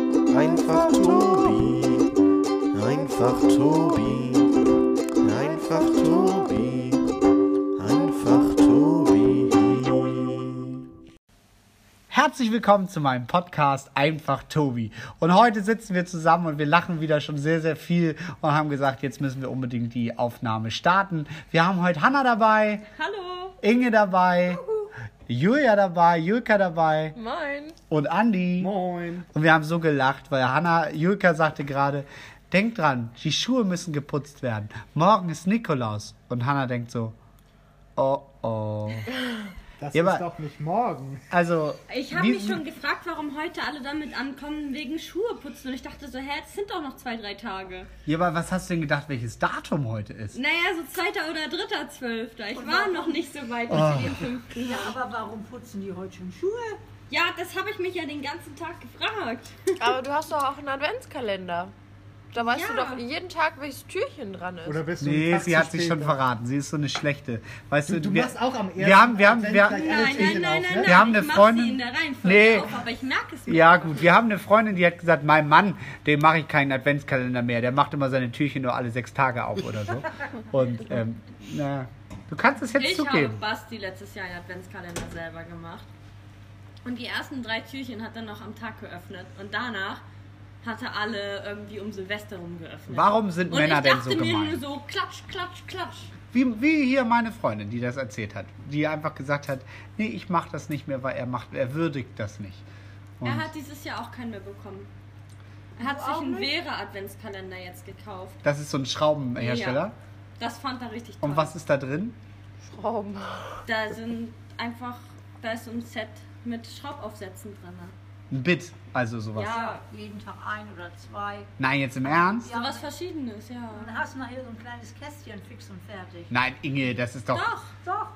Einfach Tobi. Einfach Tobi. Einfach Tobi. Einfach Tobi. Herzlich willkommen zu meinem Podcast Einfach Tobi. Und heute sitzen wir zusammen und wir lachen wieder schon sehr, sehr viel und haben gesagt, jetzt müssen wir unbedingt die Aufnahme starten. Wir haben heute Hanna dabei, Hallo. Inge dabei, Julia dabei, Julka dabei Moin. und Andi. Moin. Und wir haben so gelacht, weil Hanna, Julka sagte gerade, denk dran, die Schuhe müssen geputzt werden. Morgen ist Nikolaus. Und Hanna denkt so, oh oh. Das Ja, ist aber- doch nicht morgen. Also, Ich habe wie- mich schon gefragt, warum heute alle damit ankommen wegen Schuhe putzen. Und ich dachte so, hä, es sind doch noch zwei, drei Tage. Ja, aber was hast du denn gedacht, welches Datum heute ist? Naja, so zweiter oder dritter, zwölfter. Ich war noch nicht so weit Ah. bis zu den fünften. Ja, aber warum putzen die heute schon Schuhe? Ja, das habe ich mich ja den ganzen Tag gefragt. Aber du hast doch auch einen Adventskalender. Da weißt du Ja. doch jeden Tag, welches Türchen dran ist. Oder bist du einen Nee, Tag sie zu hat sich spät schon da? verraten. Sie ist so eine schlechte. Weißt du, Du, du wir- machst auch am ersten wir haben- wir haben- Advent wir- gleich alle Nein, nein, Türchen nein, auf, nein, ne? nein. Wir haben eine ich mach Freundin- Sie in der Reihenfolge Nee. auf, aber ich merke es mir. Ja, gut, wir haben eine Freundin, die hat gesagt, mein Mann, dem mache ich keinen Adventskalender mehr. Der macht immer seine Türchen nur alle sechs Tage auf oder so. Und, ähm, na, du kannst es jetzt Ich habe zugeben. Basti letztes Jahr einen Adventskalender selber gemacht. Und die ersten drei Türchen hat er noch am Tag geöffnet. Und danach hat er alle irgendwie um Silvester rum geöffnet. Warum sind Und Männer ich denn dachte so mir gemein? nur so klatsch, klatsch, klatsch. Wie, wie hier meine Freundin, die das erzählt hat. Die einfach gesagt hat, nee, ich mache das nicht mehr, weil er macht, er würdigt das nicht. Er hat dieses Jahr auch keinen mehr bekommen. Er hat sich einen Vera-Adventskalender jetzt gekauft. Das ist so ein Schraubenhersteller. Ja. Das fand er richtig toll. Und was ist da drin? Schrauben. Da sind einfach, da ist so ein Set mit Schraubaufsätzen drin. Ein Bit, also sowas. Ja, Jeden Tag ein oder zwei. Nein, jetzt im Ernst? so was Verschiedenes, ja. Dann hast du nachher so ein kleines Kästchen fix und fertig. Nein, Inge, das ist doch. Doch. Doch.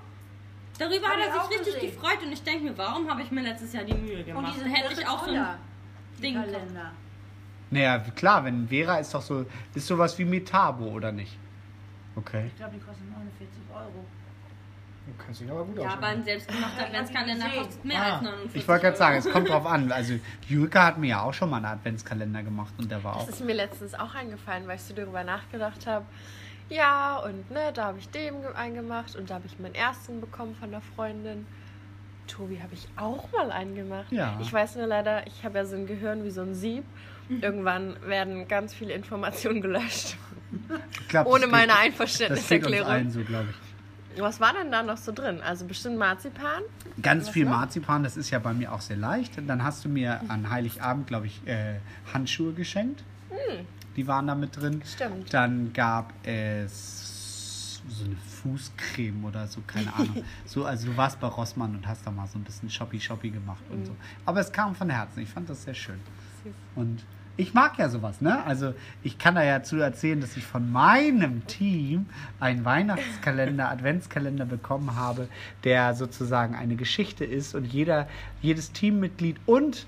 Darüber Hab hat ich er auch sich richtig gesehen. gefreut und ich denke mir, warum habe ich mir letztes Jahr die Mühe Und gemacht? die sind Hätte ich irre auch so ein teuer, die Ding gekauft. Kalender. Naja, klar, wenn Vera ist doch so. Ist sowas wie Metabo, oder nicht? Okay. Ich glaube, die kosten 49 Euro. Du kannst dich aber gut Ja, aussehen. aber ein selbstgemachter Ja, ich hab Adventskalender ihn gesehen. kostet mehr Ah, als 49 Ich wollte gerade Euro. sagen, es kommt drauf an. Also, Jürka hat mir ja auch schon mal einen Adventskalender gemacht und der war auch. Das ist mir letztens auch eingefallen, weil ich so darüber nachgedacht habe. Ja, und ne, da habe ich dem ge- eingemacht und da habe ich meinen ersten bekommen von der Freundin. Tobi habe ich auch mal eingemacht. Ja. Ich weiß nur leider, ich habe ja so ein Gehirn wie so ein Sieb. Irgendwann werden ganz viele Informationen gelöscht. Ich glaub, Mhm. das Ohne geht- Das meine geht uns allen Einverständniserklärung. so, glaube ich. Was war denn da noch so drin? Also bestimmt Marzipan? Ganz viel Marzipan, das ist ja bei mir auch sehr leicht. Und dann hast du mir an Heiligabend, glaube ich, äh, Handschuhe geschenkt. Die waren da mit drin. Stimmt. Dann gab es so eine Fußcreme oder so, keine Ahnung. so, also du warst bei Rossmann und hast da mal so ein bisschen Shoppy-Shoppy gemacht und so. Aber es kam von Herzen. Ich fand das sehr schön. Und ich mag ja sowas, ne? Also ich kann da ja zu erzählen, dass ich von meinem Team einen Weihnachtskalender, Adventskalender bekommen habe, der sozusagen eine Geschichte ist und jeder, jedes Teammitglied und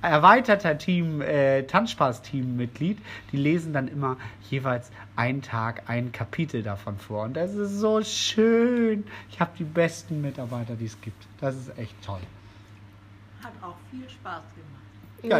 erweiterter Team, äh, Tanzspaß-Team-Mitglied, die lesen dann immer jeweils einen Tag ein Kapitel davon vor. Und das ist so schön. Ich habe die besten Mitarbeiter, die es gibt. Das ist echt toll. Hat auch viel Spaß gemacht.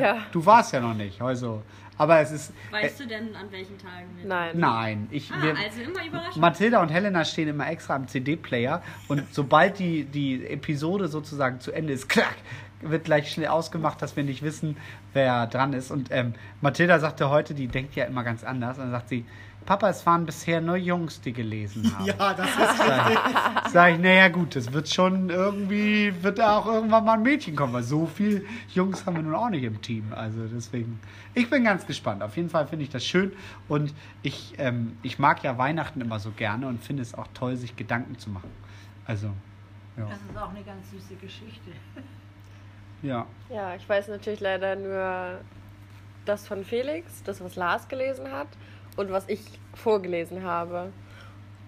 Ja, Du warst ja noch nicht, also. Aber es ist. Weißt du denn, an welchen Tagen? wir- Nein. Nein, ich. Ah, wir- also immer überraschend. Mathilda und Helena stehen immer extra am CD-Player und sobald die, die Episode sozusagen zu Ende ist, klack, wird gleich schnell ausgemacht, dass wir nicht wissen, wer dran ist. Und ähm, Mathilda sagte heute, die denkt ja immer ganz anders, und dann sagt sie, Papa, es waren bisher nur Jungs, die gelesen haben. Ja, das ist Sag, sag ich, naja gut, das wird schon irgendwie, wird da auch irgendwann mal ein Mädchen kommen, weil so viel Jungs haben wir nun auch nicht im Team. Also deswegen, ich bin ganz gespannt. Auf jeden Fall finde ich das schön und ich, ähm, ich mag ja Weihnachten immer so gerne und finde es auch toll, sich Gedanken zu machen. Also, ja. Das ist auch eine ganz süße Geschichte. ja. Ja, ich weiß natürlich leider nur das von Felix, das, was Lars gelesen hat und was ich vorgelesen habe.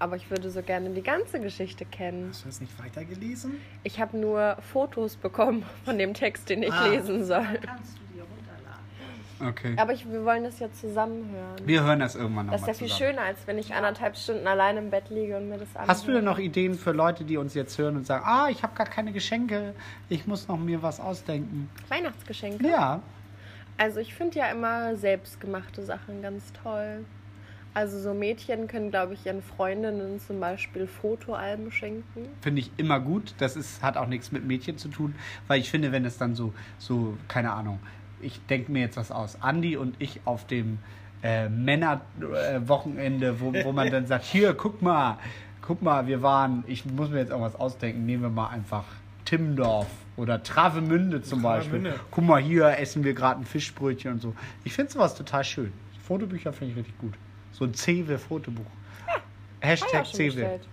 Aber ich würde so gerne die ganze Geschichte kennen. Hast du das nicht weitergelesen? Ich habe nur Fotos bekommen von dem Text, den ich Ah. lesen soll. Dann kannst du dir runterladen. Okay. Aber ich, wir wollen das ja zusammen hören. Wir hören das irgendwann Das ist nochmal ja viel zusammen. schöner, als wenn ich anderthalb Stunden allein im Bett liege und mir das anhöre. Hast du denn noch Ideen für Leute, die uns jetzt hören und sagen, ah, ich habe gar keine Geschenke, ich muss noch mir was ausdenken? Weihnachtsgeschenke? Ja, Also ich finde ja immer selbstgemachte Sachen ganz toll. Also so Mädchen können, glaube ich, ihren Freundinnen zum Beispiel Fotoalben schenken. Finde ich immer gut. Das ist, hat auch nichts mit Mädchen zu tun, weil ich finde, wenn es dann so, so keine Ahnung, ich denke mir jetzt was aus. Andi und ich auf dem äh, Männerwochenende, äh, Wochenende, wo, wo man dann sagt, hier, guck mal, guck mal, wir waren, ich muss mir jetzt irgendwas ausdenken, nehmen wir mal einfach Timmendorf oder Travemünde zum Beispiel. Travemünde. Guck mal, hier essen wir gerade ein Fischbrötchen und so. Ich finde sowas total schön. Fotobücher finde ich richtig gut. So ein Cewe-Fotobuch. Haben wir auch Hashtag schon Cewe. bestellt.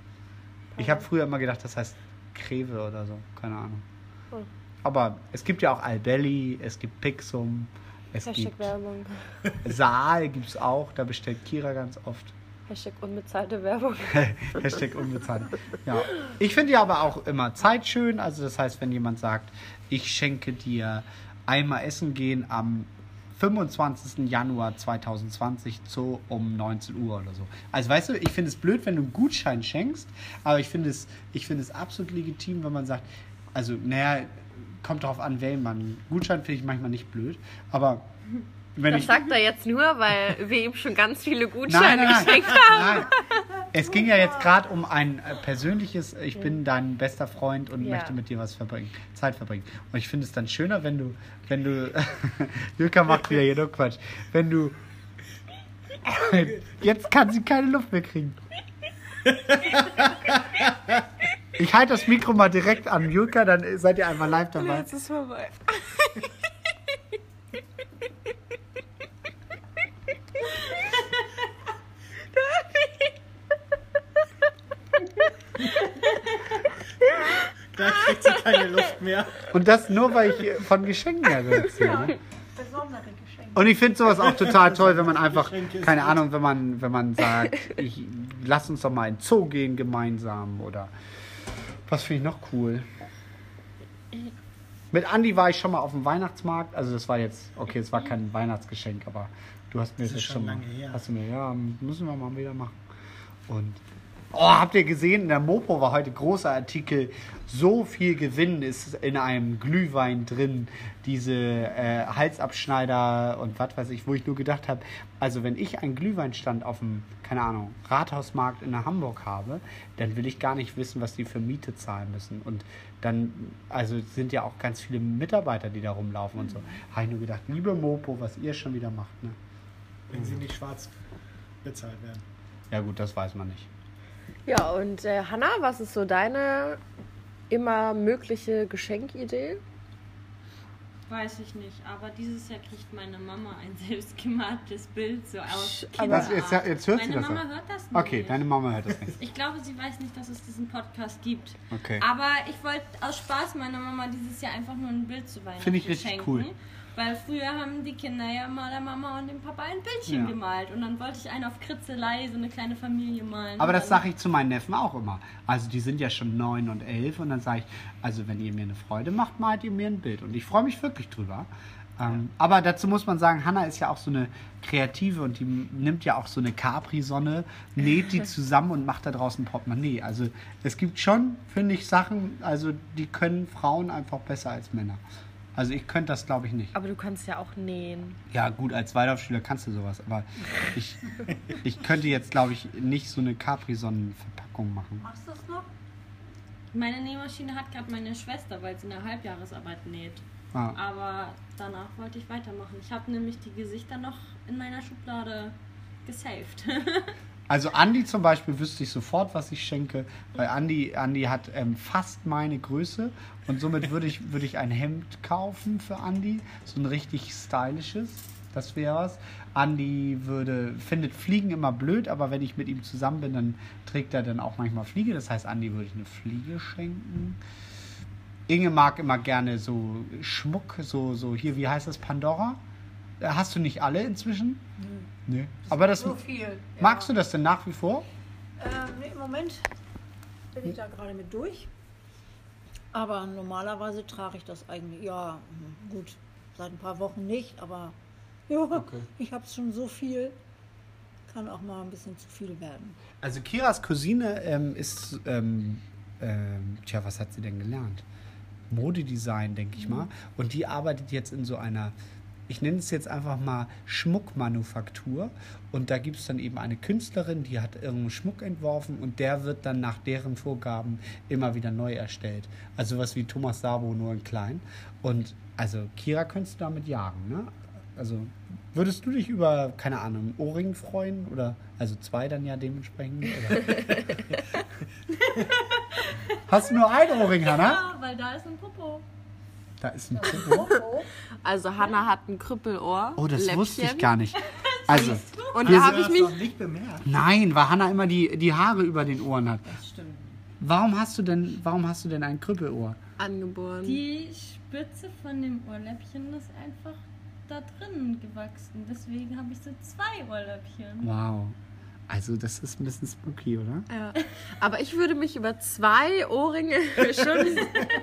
Ich habe früher immer gedacht, das heißt Kreve oder so. Keine Ahnung. Hm. Aber es gibt ja auch Albelli, es gibt Pixum, es Hashtag gibt Werbung. Saal gibt es auch, da bestellt Kira ganz oft. Hashtag unbezahlte Werbung. Hashtag unbezahlt. Ja. Ich finde ja aber auch immer Zeit schön. Also das heißt, wenn jemand sagt, ich schenke dir einmal Essen gehen am 25. Januar 2020 zu um 19 Uhr oder so. Also weißt du, ich finde es blöd, wenn du einen Gutschein schenkst, aber ich finde es, ich finde es absolut legitim, wenn man sagt, also naja, kommt darauf an, wen man. Gutschein finde ich manchmal nicht blöd, aber wenn Das ich sagt er jetzt nur, weil wir ihm schon ganz viele Nein, Gutscheine nein, nein. geschenkt haben. nein. Es ging ja jetzt gerade um ein äh, persönliches, äh, ich bin dein bester Freund und Ja. möchte mit dir was verbringen, Zeit verbringen. Und ich finde es dann schöner, wenn du, wenn du, Jürka macht wieder hier nur Quatsch, wenn du, jetzt kann sie keine Luft mehr kriegen. Ich halte das Mikro mal direkt an Jürka, dann äh, seid ihr einmal live dabei. ist vorbei. Da kriegt sie keine Luft mehr. Und das nur, weil ich äh, von Geschenken ja so erzähle. ne? Besondere Geschenke. Und ich finde sowas auch total toll, wenn man einfach, Geschenke ist keine gut. Ahnung, wenn man, wenn man sagt, ich, lass uns doch mal in den Zoo gehen gemeinsam oder was finde ich noch cool. Mit Andi war ich schon mal auf dem Weihnachtsmarkt, also das war jetzt, okay, es war kein Weihnachtsgeschenk, aber du hast mir das Das ist jetzt schon schon mal, lange her. hast du mir, ja, müssen wir mal wieder machen. Und Oh, habt ihr gesehen, in der Mopo war heute großer Artikel, so viel Gewinn ist in einem Glühwein drin, diese äh, Halsabschneider und was weiß ich, wo ich nur gedacht habe, also wenn ich einen Glühweinstand auf dem, keine Ahnung, Rathausmarkt in Hamburg habe, dann will ich gar nicht wissen, was die für Miete zahlen müssen. Und dann, also es sind ja auch ganz viele Mitarbeiter, die da rumlaufen und so. Habe ich nur gedacht, liebe Mopo, was ihr schon wieder macht, ne? Wenn sie nicht schwarz bezahlt werden. Ja gut, das weiß man nicht. Ja, und äh, Hanna, was ist so deine immer mögliche Geschenkidee? Weiß ich nicht, aber dieses Jahr kriegt meine Mama ein selbstgemaltes Bild so aus. aber- Kinderart. Das- jetzt- jetzt hört sie meine das Mama doch. hört das nicht. Okay, deine Mama hört das nicht. ich glaube, sie weiß nicht, dass es diesen Podcast gibt. Okay. Aber ich wollte aus Spaß meiner Mama dieses Jahr einfach nur ein Bild zu Weihnachten Finde ich richtig schenken. cool. Weil früher haben die Kinder ja mal der Mama und dem Papa ein Bildchen Ja. gemalt. Und dann wollte ich einen auf Kritzelei, so eine kleine Familie malen. Aber das Dann- sage ich zu meinen Neffen auch immer. Also die sind ja schon neun und elf und dann sage ich, also wenn ihr mir eine Freude macht, malt ihr mir ein Bild. Und ich freue mich wirklich drüber. Ähm, aber dazu muss man sagen, Hanna ist ja auch so eine Kreative und die m- nimmt ja auch so eine Capri-Sonne, näht die zusammen und macht da draußen ein Portemonnaie. Also es gibt schon, finde ich, Sachen, also die können Frauen einfach besser als Männer. Also ich könnte das, glaube ich, nicht. Aber du kannst ja auch nähen. Ja, gut, als Waldorfschüler kannst du sowas, aber ich, ich könnte jetzt, glaube ich, nicht so eine Capri-Sonnen-Verpackung machen. Machst du das noch? Meine Nähmaschine hat gerade meine Schwester, weil sie in der Halbjahresarbeit näht. Ah, Aber danach wollte ich weitermachen. Ich habe nämlich die Gesichter noch in meiner Schublade gesaved. Also Andi zum Beispiel wüsste ich sofort, was ich schenke, weil Andi, Andi hat ähm, fast meine Größe und somit würde ich, würde ich ein Hemd kaufen für Andi, so ein richtig stylisches, das wäre was. Andi würde, findet Fliegen immer blöd, aber wenn ich mit ihm zusammen bin, dann trägt er dann auch manchmal Fliege, das heißt Andi würde ich eine Fliege schenken. Inge mag immer gerne so Schmuck, so, so hier, wie heißt das, Pandora? Äh, Hast du nicht alle inzwischen? Nee. Aber das, So viel. Magst du das denn nach wie vor? Ähm, nee, Im Moment bin ich da gerade mit durch. Aber normalerweise trage ich das eigentlich, ja, hm, gut, seit ein paar Wochen nicht, aber ja, ich habe schon so viel. Kann auch mal ein bisschen zu viel werden. Also Kiras Cousine ähm, ist, ähm, ähm, tja, was hat sie denn gelernt? Modedesign, denke ich mal. Und die arbeitet jetzt in so einer ich nenne es jetzt einfach mal Schmuckmanufaktur. Und da gibt es dann eben eine Künstlerin, die hat irgendeinen Schmuck entworfen und der wird dann nach deren Vorgaben immer wieder neu erstellt. Also was wie Thomas Sabo, nur in klein. Und also Kira könntest du damit jagen, ne? Also würdest du dich über, keine Ahnung, einen Ohrring freuen? Oder also zwei dann ja dementsprechend? Oder? Hast du nur einen Ohrring, Hanna? Ja, weil da ist ein Popo. Da ist ein Popo. Also Hanna hat ein Krüppelohr. Oh, das Läppchen. wusste ich gar nicht. Also, Und Wir da habe Hast ich du mich. das noch nicht bemerkt. nein, weil Hanna immer die, die Haare über den Ohren hat. Stimmt. Warum hast du denn, warum hast du denn ein Krüppelohr? Angeboren. Die Spitze von dem Ohrläppchen ist einfach da drin gewachsen. Deswegen habe ich so zwei Ohrläppchen. Wow. Also, das ist ein bisschen spooky, oder? Ja. Aber ich würde mich über zwei Ohrringe schon.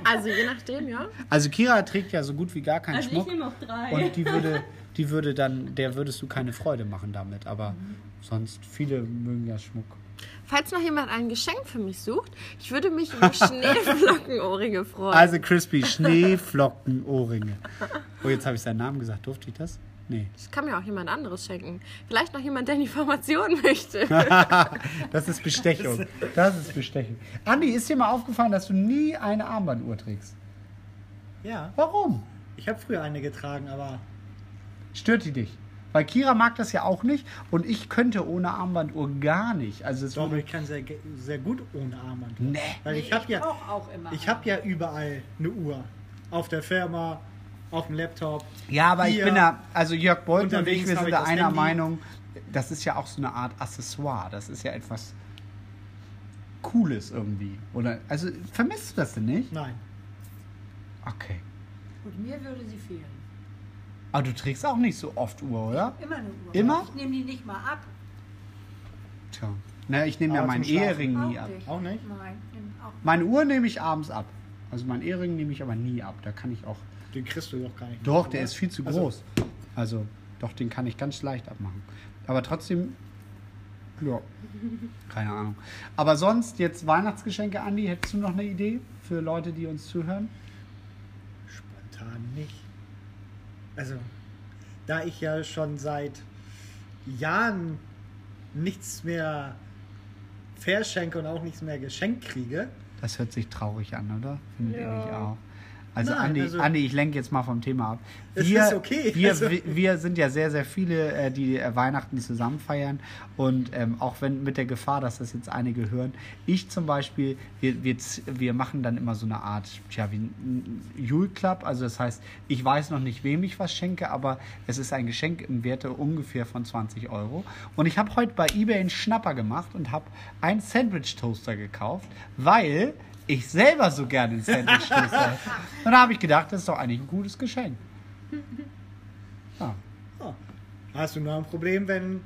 Also je nachdem, ja. Also, Kira trägt ja so gut wie gar keinen Also ich Schmuck. nehme auch drei. Und die würde, die würde dann, der würdest du keine Freude machen damit. Aber sonst, viele mögen ja Schmuck. Falls noch jemand ein Geschenk für mich sucht, ich würde mich über Schneeflockenohrringe freuen. Also, Crispy, Schneeflockenohrringe. Oh, jetzt habe ich seinen Namen gesagt. Durfte ich das? Nee. das kann mir auch jemand anderes schenken. Vielleicht noch jemand, der eine Information möchte. Das ist Bestechung. Das ist Bestechung. Andi, ist dir mal aufgefallen, dass du nie eine Armbanduhr trägst? Ja, Warum? ich habe früher eine getragen, aber Stört die dich? Weil Kira mag das ja auch nicht und ich könnte ohne Armbanduhr gar nicht. Also es ich glaube, würde, ich kann sehr, ge- sehr gut ohne Armband. Nee. Weil ich habe ja, brauch auch immer. ich habe ja überall eine Uhr. Auf der Firma, auf dem Laptop. Ja, aber ich Hier. bin da, also Jörg Bolten und ich, Unterwegs wir habe sind ich da das einer Handy. Meinung, das ist ja auch so eine Art Accessoire. Das ist ja etwas Cooles irgendwie. Oder, also vermisst du das denn nicht? Nein. Okay. Und mir würde sie fehlen. Aber du trägst auch nicht so oft Uhr, oder? Immer eine Uhr. Immer? Ich nehme die nicht mal ab. Tja. Na, ich nehme ja Aber meinen zum Schlafen Ehering nie Auch ab. nicht. Auch nicht? Nein, nimm auch Meine Uhr nehme ich abends ab. Also meinen Ehering nehme ich aber nie ab. Da kann ich auch. Den kriegst du doch gar nicht. Doch, der oder? ist viel zu Also- groß. Also, doch, den kann ich ganz leicht abmachen. Aber trotzdem. Ja. Keine Ahnung. Aber sonst jetzt Weihnachtsgeschenke, Andi. Hättest du noch eine Idee für Leute, die uns zuhören? Spontan nicht. Also, da ich ja schon seit Jahren nichts mehr verschenke und auch nichts mehr geschenkt kriege, Das hört sich traurig an, oder? Findet ihr nicht auch? Also, Nein, Andi, also- Andi, ich lenke jetzt mal vom Thema ab. Es ist okay, Wir, also- wir, wir sind ja sehr, sehr viele, äh, die äh, Weihnachten zusammen feiern. Und ähm, auch wenn mit der Gefahr, dass das jetzt einige hören, ich zum Beispiel, wir, wir, z- wir machen dann immer so eine Art, ja, wie ein Jule Club. Also, das heißt, ich weiß noch nicht, wem ich was schenke, aber es ist ein Geschenk im Werte ungefähr von 20 Euro. Und ich habe heute bei eBay einen Schnapper gemacht und habe einen Sandwich-Toaster gekauft, weil ich selber so gerne einen Sandwich-Toaster. Und da habe ich gedacht, das ist doch eigentlich ein gutes Geschenk. Ja. oh, hast du noch ein Problem, wenn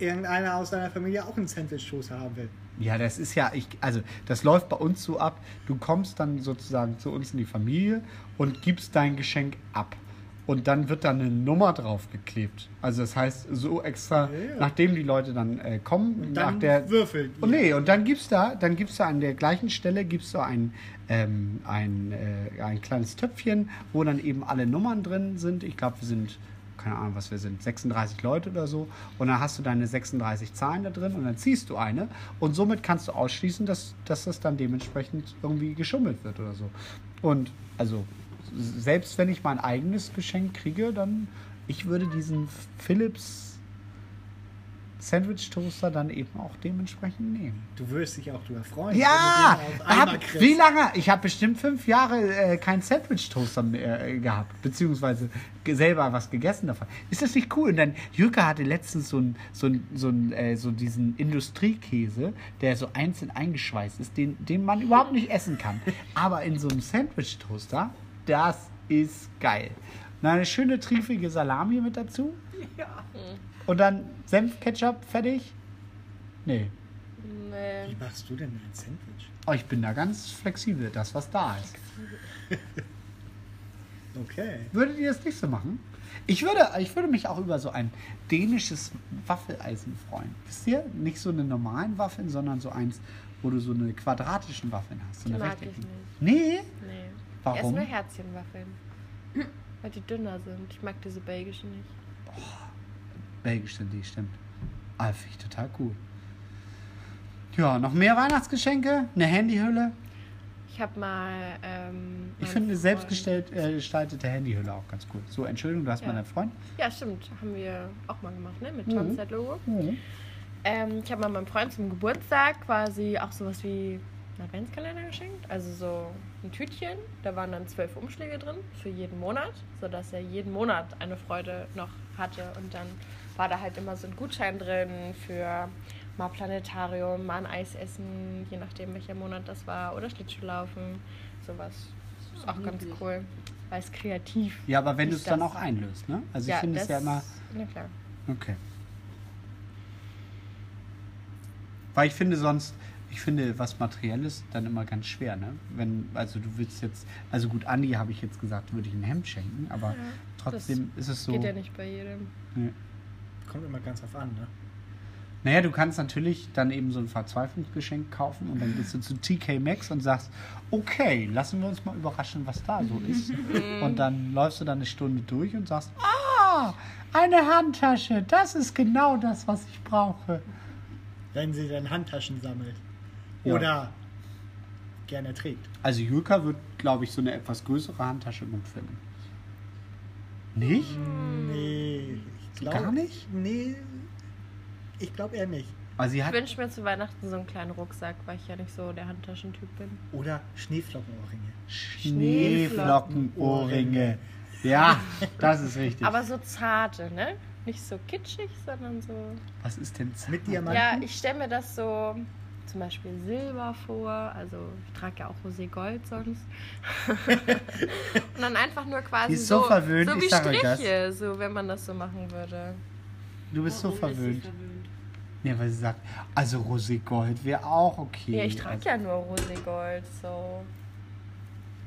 irgendeiner aus deiner Familie auch einen Sandwich-Toaster haben will. Ja, das ist ja, ich, also das läuft bei uns so ab. Du kommst dann sozusagen zu uns in die Familie und gibst dein Geschenk ab. Und dann wird da eine Nummer draufgeklebt. Also das heißt, so extra, Ja, ja. nachdem die Leute dann äh, kommen, Dann nach der. würfelt Und nee, und dann gibt's da, dann gibt's da an der gleichen Stelle gibt's da ein, ähm, ein, äh, ein kleines Töpfchen, wo dann eben alle Nummern drin sind. Ich glaube, wir sind, keine Ahnung, was wir sind, 36 Leute oder so. Und dann hast du deine 36 Zahlen da drin und dann ziehst du eine. Und somit kannst du ausschließen, dass, dass das dann dementsprechend irgendwie geschummelt wird oder so. Und also, s- selbst wenn ich mein eigenes Geschenk kriege, dann ich würde diesen Philips Sandwich Toaster dann eben auch dementsprechend nehmen. Du wirst dich auch drüber freuen. Ja, wenn du den auf einmal hab, kriegst. wie lange? Ich habe bestimmt fünf Jahre äh, keinen Sandwich-Toaster mehr äh, gehabt, beziehungsweise ge- selber was gegessen davon. Ist das nicht cool? Und dann, Jürke hatte letztens so, ein, so, ein, so, ein, äh, so diesen Industriekäse, der so einzeln eingeschweißt ist, den, den man überhaupt nicht essen kann. Aber in so einem Sandwich-Toaster, das ist geil. Na, eine schöne, triefige Salami mit dazu. Und dann Senf, Ketchup, fertig. Nee. Nee. Wie machst du denn ein Sandwich? Oh, ich bin da ganz flexibel, das, was da ist. Okay. Würdet ihr das nicht so machen? Ich würde, ich würde mich auch über so ein dänisches Waffeleisen freuen. Wisst ihr? Nicht so eine normalen Waffeln, sondern so eins, wo du so eine quadratischen Waffeln hast. So Die eine mag ich rechteckigen. Nee? Nee. Warum? Erst nur Herzchenwaffeln. Weil die dünner sind. Ich mag diese belgischen nicht. Belgisch sind die, stimmt. Ah, finde ich total cool. Ja, noch mehr Weihnachtsgeschenke? Eine Handyhülle? Ich habe mal. Ähm, Ich finde meinen eine Freund- selbstgestellte äh, gestaltete Handyhülle auch ganz cool. So, Entschuldigung, du hast Ja. mal einen Freund? Ja, stimmt. Haben wir auch mal gemacht, ne? Mhm. Mit Tom logo Ähm, ich habe mal meinem Freund zum Geburtstag quasi auch sowas wie einen Adventskalender geschenkt. Also so ein Tütchen. Da waren dann zwölf Umschläge drin für jeden Monat, sodass er jeden Monat eine Freude noch hatte. Und dann war da halt immer so ein Gutschein drin für mal Planetarium, mal ein Eis essen, je nachdem welcher Monat das war, oder Schlittschuhlaufen. Sowas. Das ist auch ganz Niedlich. cool. Weil es kreativ Ja, aber wenn du Ist es dann das- auch einlöst, ne? Also ich finde es ja immer. Na klar. Okay. Weil ich finde sonst, ich finde was Materielles dann immer ganz schwer, ne? Wenn, also du willst jetzt, also gut, Andi habe ich jetzt gesagt, würde ich ein Hemd schenken, aber trotzdem ist es so. Geht ja nicht bei jedem. Kommt immer ganz drauf an, ne? Naja, du kannst natürlich dann eben so ein Verzweiflungsgeschenk kaufen und dann gehst du zu TK Maxx und sagst, okay, lassen wir uns mal überraschen, was da so ist. Mhm. und dann läufst du dann eine Stunde durch und sagst, ah, eine Handtasche, das ist genau das, was ich brauche. Wenn sie dann Handtaschen sammelt. Ja. Oder gerne trägt. Also Julka wird, glaube ich, so eine etwas größere Handtasche gut finden. Nicht? Nee, ich glaub, Gar nicht? Nee, ich glaube eher nicht. Also sie Ich hat, wünsche mir zu Weihnachten so einen kleinen Rucksack, weil ich ja nicht so der Handtaschentyp bin. Oder Schneeflockenohrringe. Schneeflockenohrringe. Ja, das ist richtig. Aber so zarte, ne? Nicht so kitschig, sondern so. was ist denn zart? Mit Diamanten? Ja, ich stelle mir das so zum Beispiel Silber vor. Also ich trage ja auch Rosé Gold sonst. Und dann einfach nur quasi Die ist so verwöhnt, so ich wie sag euch das. Striche, so wenn man das so machen würde. Du bist so Warum ist sie oh, verwöhnt. Ja, weil sie sagt, also Roségold wäre auch okay. Ja, ich trage also ja nur Rosé Gold, so.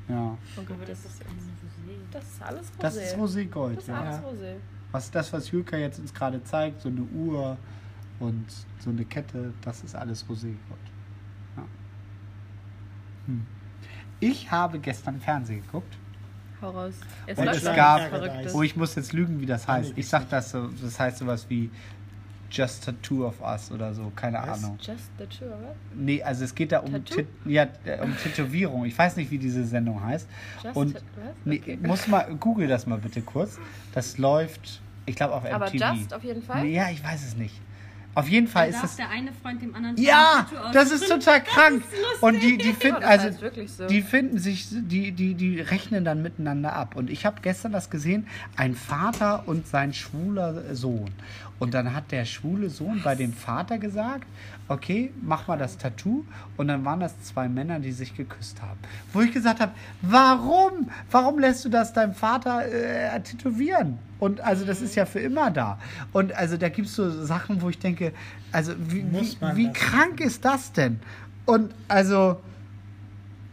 ja. ja. Oh Aber Gott, das ist keine Rosé. das ist alles Rosé. Das ist Roségold. Das ist ja. alles Rosé. Was das, was Julka jetzt uns gerade zeigt, so eine Uhr und so eine Kette, das ist alles Roségold. Ja. Hm. Ich habe gestern Fernsehen geguckt. Hau raus. Es Und läuft es schon gab- was Verrücktes. Oh, ich muss jetzt lügen, wie das Kann heißt. ich Ich sag das so, das heißt sowas wie Just the Two of Us oder so, keine Was? Ahnung. Just the two, oder? Nee, also es geht da um, Tattoo? Tit ja, äh, um Tätowierung. Ich weiß nicht, wie diese Sendung heißt. Just Und was? Nee, Okay. muss mal, google das mal bitte kurz. Das läuft, ich glaube, auf MTV. Aber Just auf jeden Fall. Nee, ja, ich weiß es nicht. Auf jeden Da Fall ist ist darf es. der eine Freund dem anderen Ja, Tattoo aus- das ist total krank. Und die, die Oh, finden, das also heißt wirklich so. die finden sich, die, die, die rechnen dann miteinander ab. Und ich habe gestern das gesehen, ein Vater und sein schwuler Sohn. Und dann hat der schwule Sohn bei dem Vater gesagt, okay, mach mal das Tattoo. Und dann waren das zwei Männer, die sich geküsst haben. Wo ich gesagt habe, warum? Warum lässt du das deinem Vater äh, tätowieren? Und also das ist ja für immer da. Und also da gibt es so Sachen, wo ich denke, also wie, wie, Muss man wie das? krank ist das denn? Und also...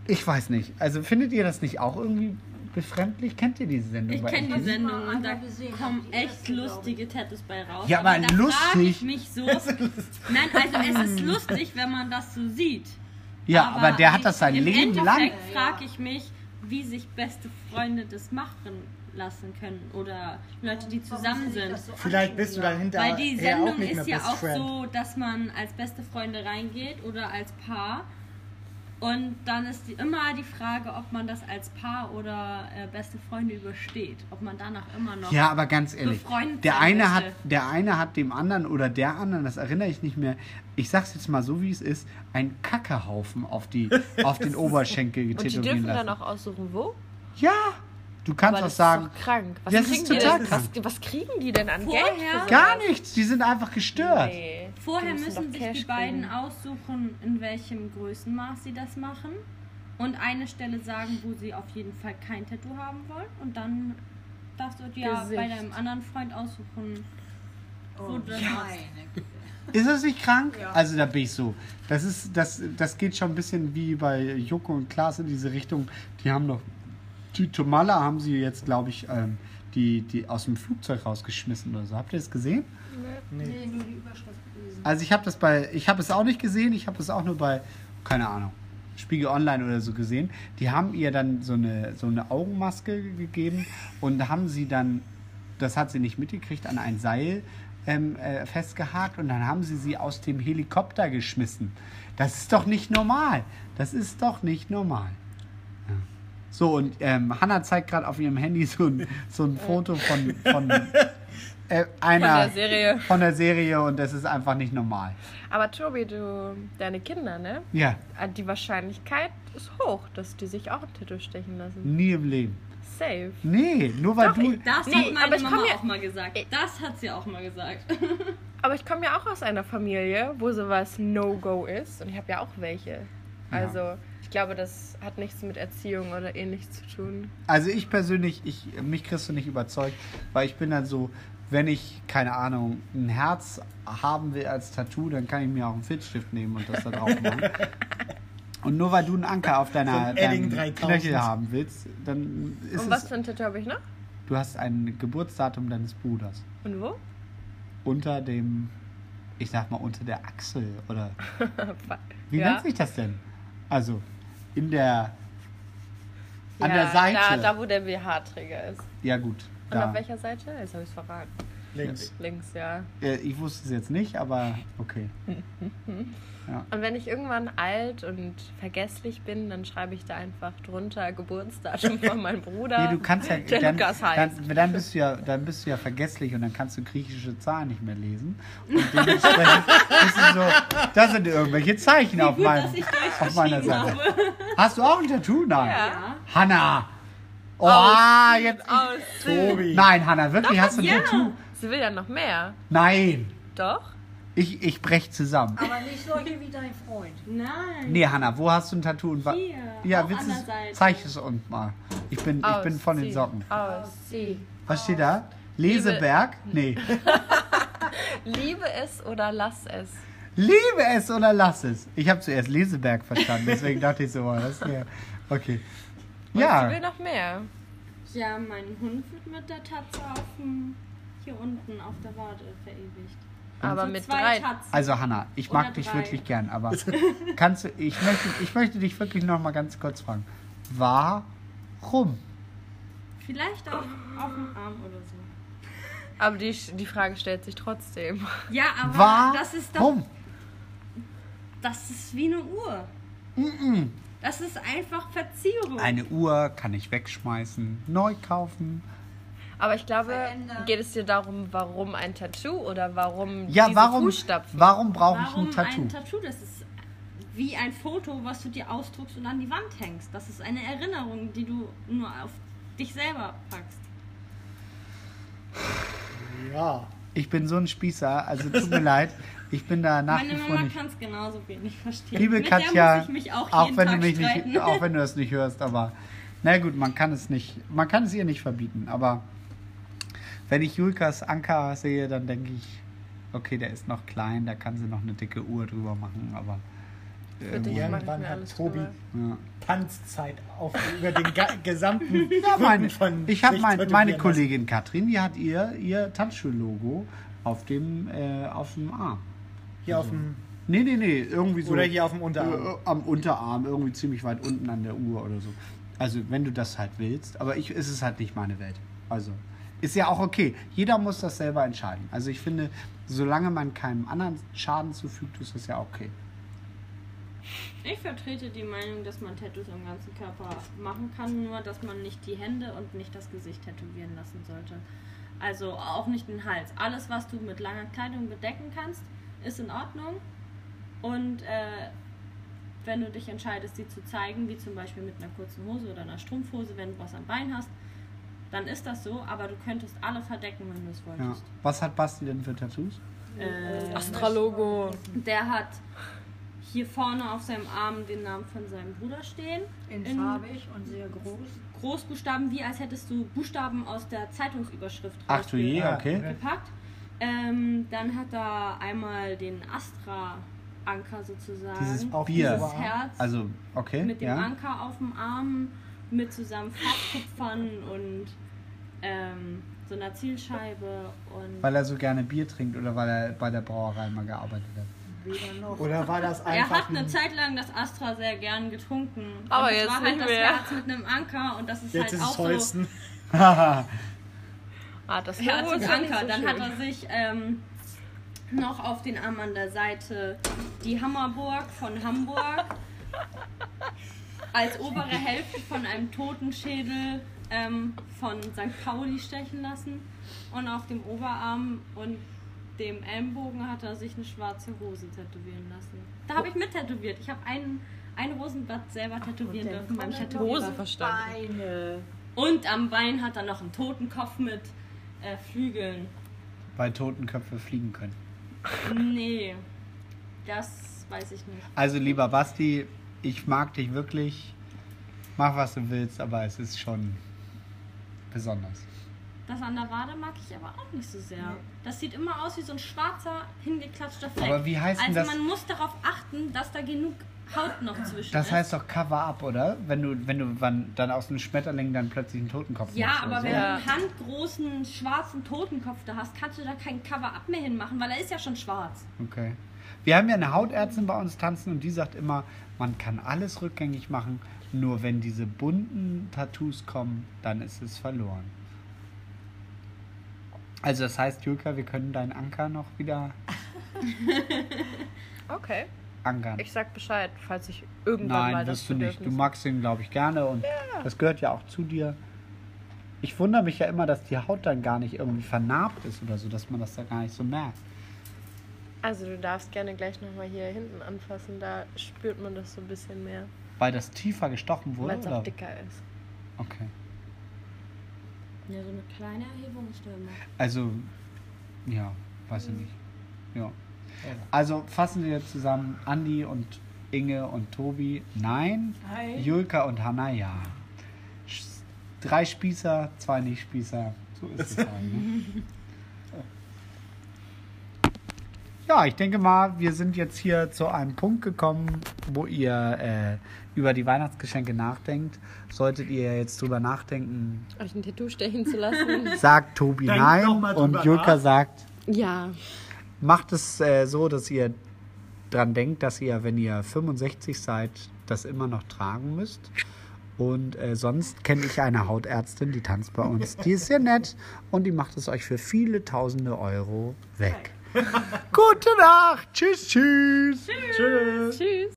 Ich weiß nicht. Also findet ihr das nicht auch irgendwie befremdlich? Kennt ihr diese Sendung? Ich bei kenne die MTV? Sendung mal und da einmal gesehen, hab kommen die echt erste, glaub ich. lustige Tattoos bei raus. Ja, aber da frag lustig. Ich mich so. Nein, also es ist lustig, wenn man das so sieht. Ja, aber, der hat ich- das sein im Leben lang. Endeffekt frage ich mich, wie sich beste Freunde das machen lassen können oder Leute, die zusammen sind. Vielleicht bist du dann hinterher Weil die auch Sendung nicht mehr ist ja Best auch Friend. so, dass man als beste Freunde reingeht oder als Paar. Und dann ist die, immer die Frage, ob man das als Paar oder äh, beste Freunde übersteht. Ob man danach immer noch. Ja, aber ganz ehrlich, befreundet der sein eine, möchte. hat, der eine hat dem anderen oder der anderen, das erinnere ich nicht mehr, ich sag's jetzt mal so, wie es ist, einen Kackehaufen auf, die, auf den Oberschenkel Und die getätowieren dürfen lassen. dann auch aussuchen, wo. ja, du kannst Aber auch das sagen, ist doch krank. Was das kriegen ist die total denn? krank. Was, was kriegen die denn an Vorher- Geld? gar nichts, die sind einfach gestört. Nee. Vorher Die müssen, doch sich Cash die beiden kriegen. aussuchen, in welchem Größenmaß sie das machen. Und eine Stelle sagen, wo sie auf jeden Fall kein Tattoo haben wollen. Und dann darfst du dir Gesicht. bei deinem anderen Freund aussuchen, wo Oh, du das machst. Ist das nicht krank? Ja. Also da bin ich so. Das ist, das, das geht schon ein bisschen wie bei Joko und Klaas in diese Richtung. Die haben doch, die Tomala haben sie jetzt, glaube ich, ähm, die, die aus dem Flugzeug rausgeschmissen oder so. Habt ihr das gesehen? Nee, nur die Überschrift gelesen. Also ich habe das bei, ich habe es auch nicht gesehen, ich habe es auch nur bei, keine Ahnung, Spiegel Online oder so gesehen, die haben ihr dann so eine, so eine Augenmaske gegeben und haben sie dann, das hat sie nicht mitgekriegt, an ein Seil ähm, äh, festgehakt und dann haben sie sie aus dem Helikopter geschmissen. Das ist doch nicht normal. Das ist doch nicht normal. Ja. So, und ähm, Hannah zeigt gerade auf ihrem Handy so ein, so ein Foto von, von äh, einer der Serie. von der Serie und das ist einfach nicht normal. Aber Tobi, du, deine Kinder, ne? Ja, Ah, Die Wahrscheinlichkeit ist hoch, dass die sich auch einen Titel stechen lassen. nie im Leben. Safe. Nee, nur weil Doch, du. ich- Das Nee, hat meine aber ich komm Mama ja- Äh. auch mal gesagt. Ich- Das hat sie auch mal gesagt. Aber ich komme ja auch aus einer Familie, wo sowas No-Go ist. Und ich habe ja auch welche. Also, ich glaube, das hat nichts mit Erziehung oder ähnlich zu tun. Also ich persönlich, ich, mich kriegst du nicht überzeugt, weil ich bin dann so, wenn ich, keine Ahnung, ein Herz haben will als Tattoo, dann kann ich mir auch einen Filzstift nehmen und das da drauf machen. Und nur weil du einen Anker auf deiner Von Edding deinem 3000. Knöchel haben willst, dann ist Und was es. für ein Tattoo habe ich noch? Du hast ein Geburtsdatum deines Bruders. Und wo? Unter dem, ich sag mal, unter der Achsel oder. Wie Ja. nennt sich das denn? Also, in der. An ja, der Seite. Da, da, wo der BH-Träger ist. Und ja, gut. auf Da. welcher Seite? Jetzt habe ich es verraten. Links. Links, ja. Äh, Ich wusste es jetzt nicht, aber okay. Und wenn ich irgendwann alt und vergesslich bin, dann schreibe ich da einfach drunter Geburtsdatum von meinem Bruder. Nee, Ähm, du kannst ja der dann, Lukas heißt. dann, dann bist du ja dann bist du ja vergesslich und dann kannst du griechische Zahlen nicht mehr lesen und dementsprechend bist du so, das sind irgendwelche Zeichen auf, Gut, meinem, dass ich Deutsch auf meiner geschrieben Seite. habe. Hast du auch ein Tattoo? Nein. Ja. Ja. Hanna. Oh, jetzt. Aus. Tobi. Nein, Hanna, wirklich hast du ein Ja. Tattoo? Sie will ja noch mehr. Nein. Doch. Ich, ich brech zusammen. Aber nicht solche wie dein Freund. Nein. Nee, Hanna, wo hast du ein Tattoo? Und wa- Hier, ja, auf willst anderer Seite. du zeig es uns mal. Ich bin, ich Aus. bin von den Sie- Socken. Aus. Sie. Was steht da? Leseberg? Nee. Liebe es oder lass es. Liebe es oder lass es. Ich habe zuerst Leseberg verstanden, deswegen dachte ich so, boah, das ist ja. Okay. Und Sie will Ja, noch mehr. Ja, mein Hund wird mit der Tatze auf dem, hier unten auf der Wade verewigt. Aber so mit zwei drei. Tatzen. also Hanna, ich Oder mag dich drei. wirklich gern, aber kannst du, ich möchte, ich möchte dich wirklich noch mal ganz kurz fragen. Warum? Vielleicht auch auf dem Arm oder so. Aber die, die Frage stellt sich trotzdem. Ja, aber Warum? Ah, das ist doch. Das ist wie eine Uhr. Das ist einfach Verzierung. Eine Uhr kann ich wegschmeißen, neu kaufen. Aber ich glaube, Verändern. geht es dir darum, warum ein Tattoo oder warum Ja, diese warum, Fußstapfen? warum brauche ich Warum ein Tattoo? ein Tattoo? Das ist wie ein Foto, was du dir ausdruckst und an die Wand hängst. Das ist eine Erinnerung, die du nur auf dich selber packst. Ja. ich bin so ein Spießer, also tut mir leid. Ich bin da nach Meine wie vor Mama nicht. kann es genauso wenig verstehen. Liebe Mit der Katja, muss ich mich auch, auch jeden wenn Tag du mich streiten. nicht, auch wenn du das nicht hörst, aber na gut, man kann es nicht, man kann es ihr nicht verbieten, aber wenn ich Julkas Anker sehe, dann denke ich, okay, der ist noch klein, da kann sie noch eine dicke Uhr drüber machen, aber Für dich mache ich Irgendwann mir hat alles Tobi drüber. ja. Panzzeit auf über den ga- gesamten Ja, meine, Rücken von ich habe sich mein, tätowieren meine lassen. Kollegin Katrin, die hat ihr ihr Tanzschul-Logo auf dem äh, auf dem Arm. hier auf dem Nee, nee, nee, irgendwie so. oder hier auf dem Unterarm. Äh, am Unterarm, irgendwie ziemlich weit unten an der Uhr oder so. Also, wenn du das halt willst, aber ich, es ist halt nicht meine Welt. Also, ist ja auch okay. Jeder muss das selber entscheiden. Also, ich finde, solange man keinem anderen Schaden zufügt, ist das ja okay. Ich vertrete die Meinung, dass man Tattoos am ganzen Körper machen kann, nur dass man nicht die Hände und nicht das Gesicht tätowieren lassen sollte. Also auch nicht den Hals. Alles, was du mit langer Kleidung bedecken kannst, ist in Ordnung. Und äh, wenn du dich entscheidest, sie zu zeigen, wie zum Beispiel mit einer kurzen Hose oder einer Strumpfhose, wenn du was am Bein hast, dann ist das so, aber du könntest alle verdecken, wenn du es Ja. wolltest. Was hat Basti denn für Tattoos? Äh, Astralogo. der hat hier vorne auf seinem Arm den Namen von seinem Bruder stehen. In, In- farbig und sehr groß. Großbuchstaben, wie als hättest du Buchstaben aus der Zeitungsüberschrift Ach du je, Ah, okay. rausgepackt. Ähm, dann hat er einmal den Astra-Anker sozusagen. Dieses Auch Bier. dieses Herz Also, okay. mit dem ja. Anker auf dem Arm, mit zusammen Farbkupfern und ähm, so einer Zielscheibe und Weil er so gerne Bier trinkt oder weil er bei der Brauerei mal gearbeitet hat. weder noch. Oder war das Er einfach hat eine ein- Zeit lang das Astra sehr gern getrunken. Aber und es jetzt war nicht halt mehr. das Herz mit einem Anker und das ist Jetzt halt ist es auch so Holsten. Ah, das Herz Logo mit ist ja nicht Anker. so Dann schön. hat er sich ähm, noch auf den Arm an der Seite die Hammerburg von Hamburg als obere Hälfte von einem Totenschädel ähm, von St. Pauli stechen lassen und auf dem Oberarm und dem Ellenbogen hat er sich eine schwarze Rose tätowieren lassen. Da habe ich mit tätowiert. Ich habe einen, ein Rosenblatt selber tätowieren dürfen beim Tätowierer. Hose verstanden. Beine. Und am Bein hat er noch einen Totenkopf mit äh, Flügeln. Weil Totenköpfe fliegen können. Nee, das weiß ich nicht. Also lieber Basti, ich mag dich wirklich. Mach was du willst, aber es ist schon besonders. Das an der Wade mag ich aber auch nicht so sehr. Das sieht immer aus wie so ein schwarzer, hingeklatschter Fleck. Aber wie heißt denn also das- man muss darauf achten, dass da genug Haut noch zwischen Das ist. heißt doch Cover Up, oder? Wenn du, wenn du wann, dann aus einem Schmetterling dann plötzlich einen Totenkopf Ja, machst. aber wenn so. du Ja. einen handgroßen, schwarzen Totenkopf da hast, kannst du da kein Cover-Up mehr hinmachen, weil er ist ja schon schwarz. Okay. Wir haben ja eine Hautärztin bei uns tanzen und die sagt immer, man kann alles rückgängig machen, nur wenn diese bunten Tattoos kommen, dann ist es verloren. Also das heißt, Julka, wir können deinen Anker noch wieder Okay. ankern. Ich sag Bescheid, falls ich irgendwann mal Nein, das wirst du nicht. Du Bedürfnis- magst ihn, glaube ich, gerne und das gehört ja auch zu dir. Ich wundere mich ja immer, dass die Haut dann gar nicht irgendwie vernarbt ist oder so, dass man das da gar nicht so merkt. Also du darfst gerne gleich nochmal hier hinten anfassen, da spürt man das so ein bisschen mehr, Weil das tiefer gestochen wurde? weil es auch Oder? dicker ist. Okay. Ja, so eine kleine Erhebung ist da immer. Also, ja, weiß ich Mhm. nicht. Ja. Also fassen wir jetzt zusammen Andi und Inge und Tobi. Nein. Nein. Julka und Hanna, ja. Sch- Drei Spießer, zwei Nicht-Spießer. So ist es halt. Ne? Ja, ich denke mal, wir sind jetzt hier zu einem Punkt gekommen, wo ihr äh, über die Weihnachtsgeschenke nachdenkt. Solltet ihr jetzt drüber nachdenken, Euch ein Tattoo stechen zu lassen? sagt Tobi Denkt noch nein mal drüber und Julka nach. sagt ja. Macht es äh, so, dass ihr dran denkt, dass ihr, wenn ihr 65 seid, das immer noch tragen müsst. Und äh, sonst kenne ich eine Hautärztin, die tanzt bei uns. Die ist sehr nett und die macht es euch für viele tausende Euro weg. Gute Nacht. Tschüss, tschüss. Tschüss. Tschüss.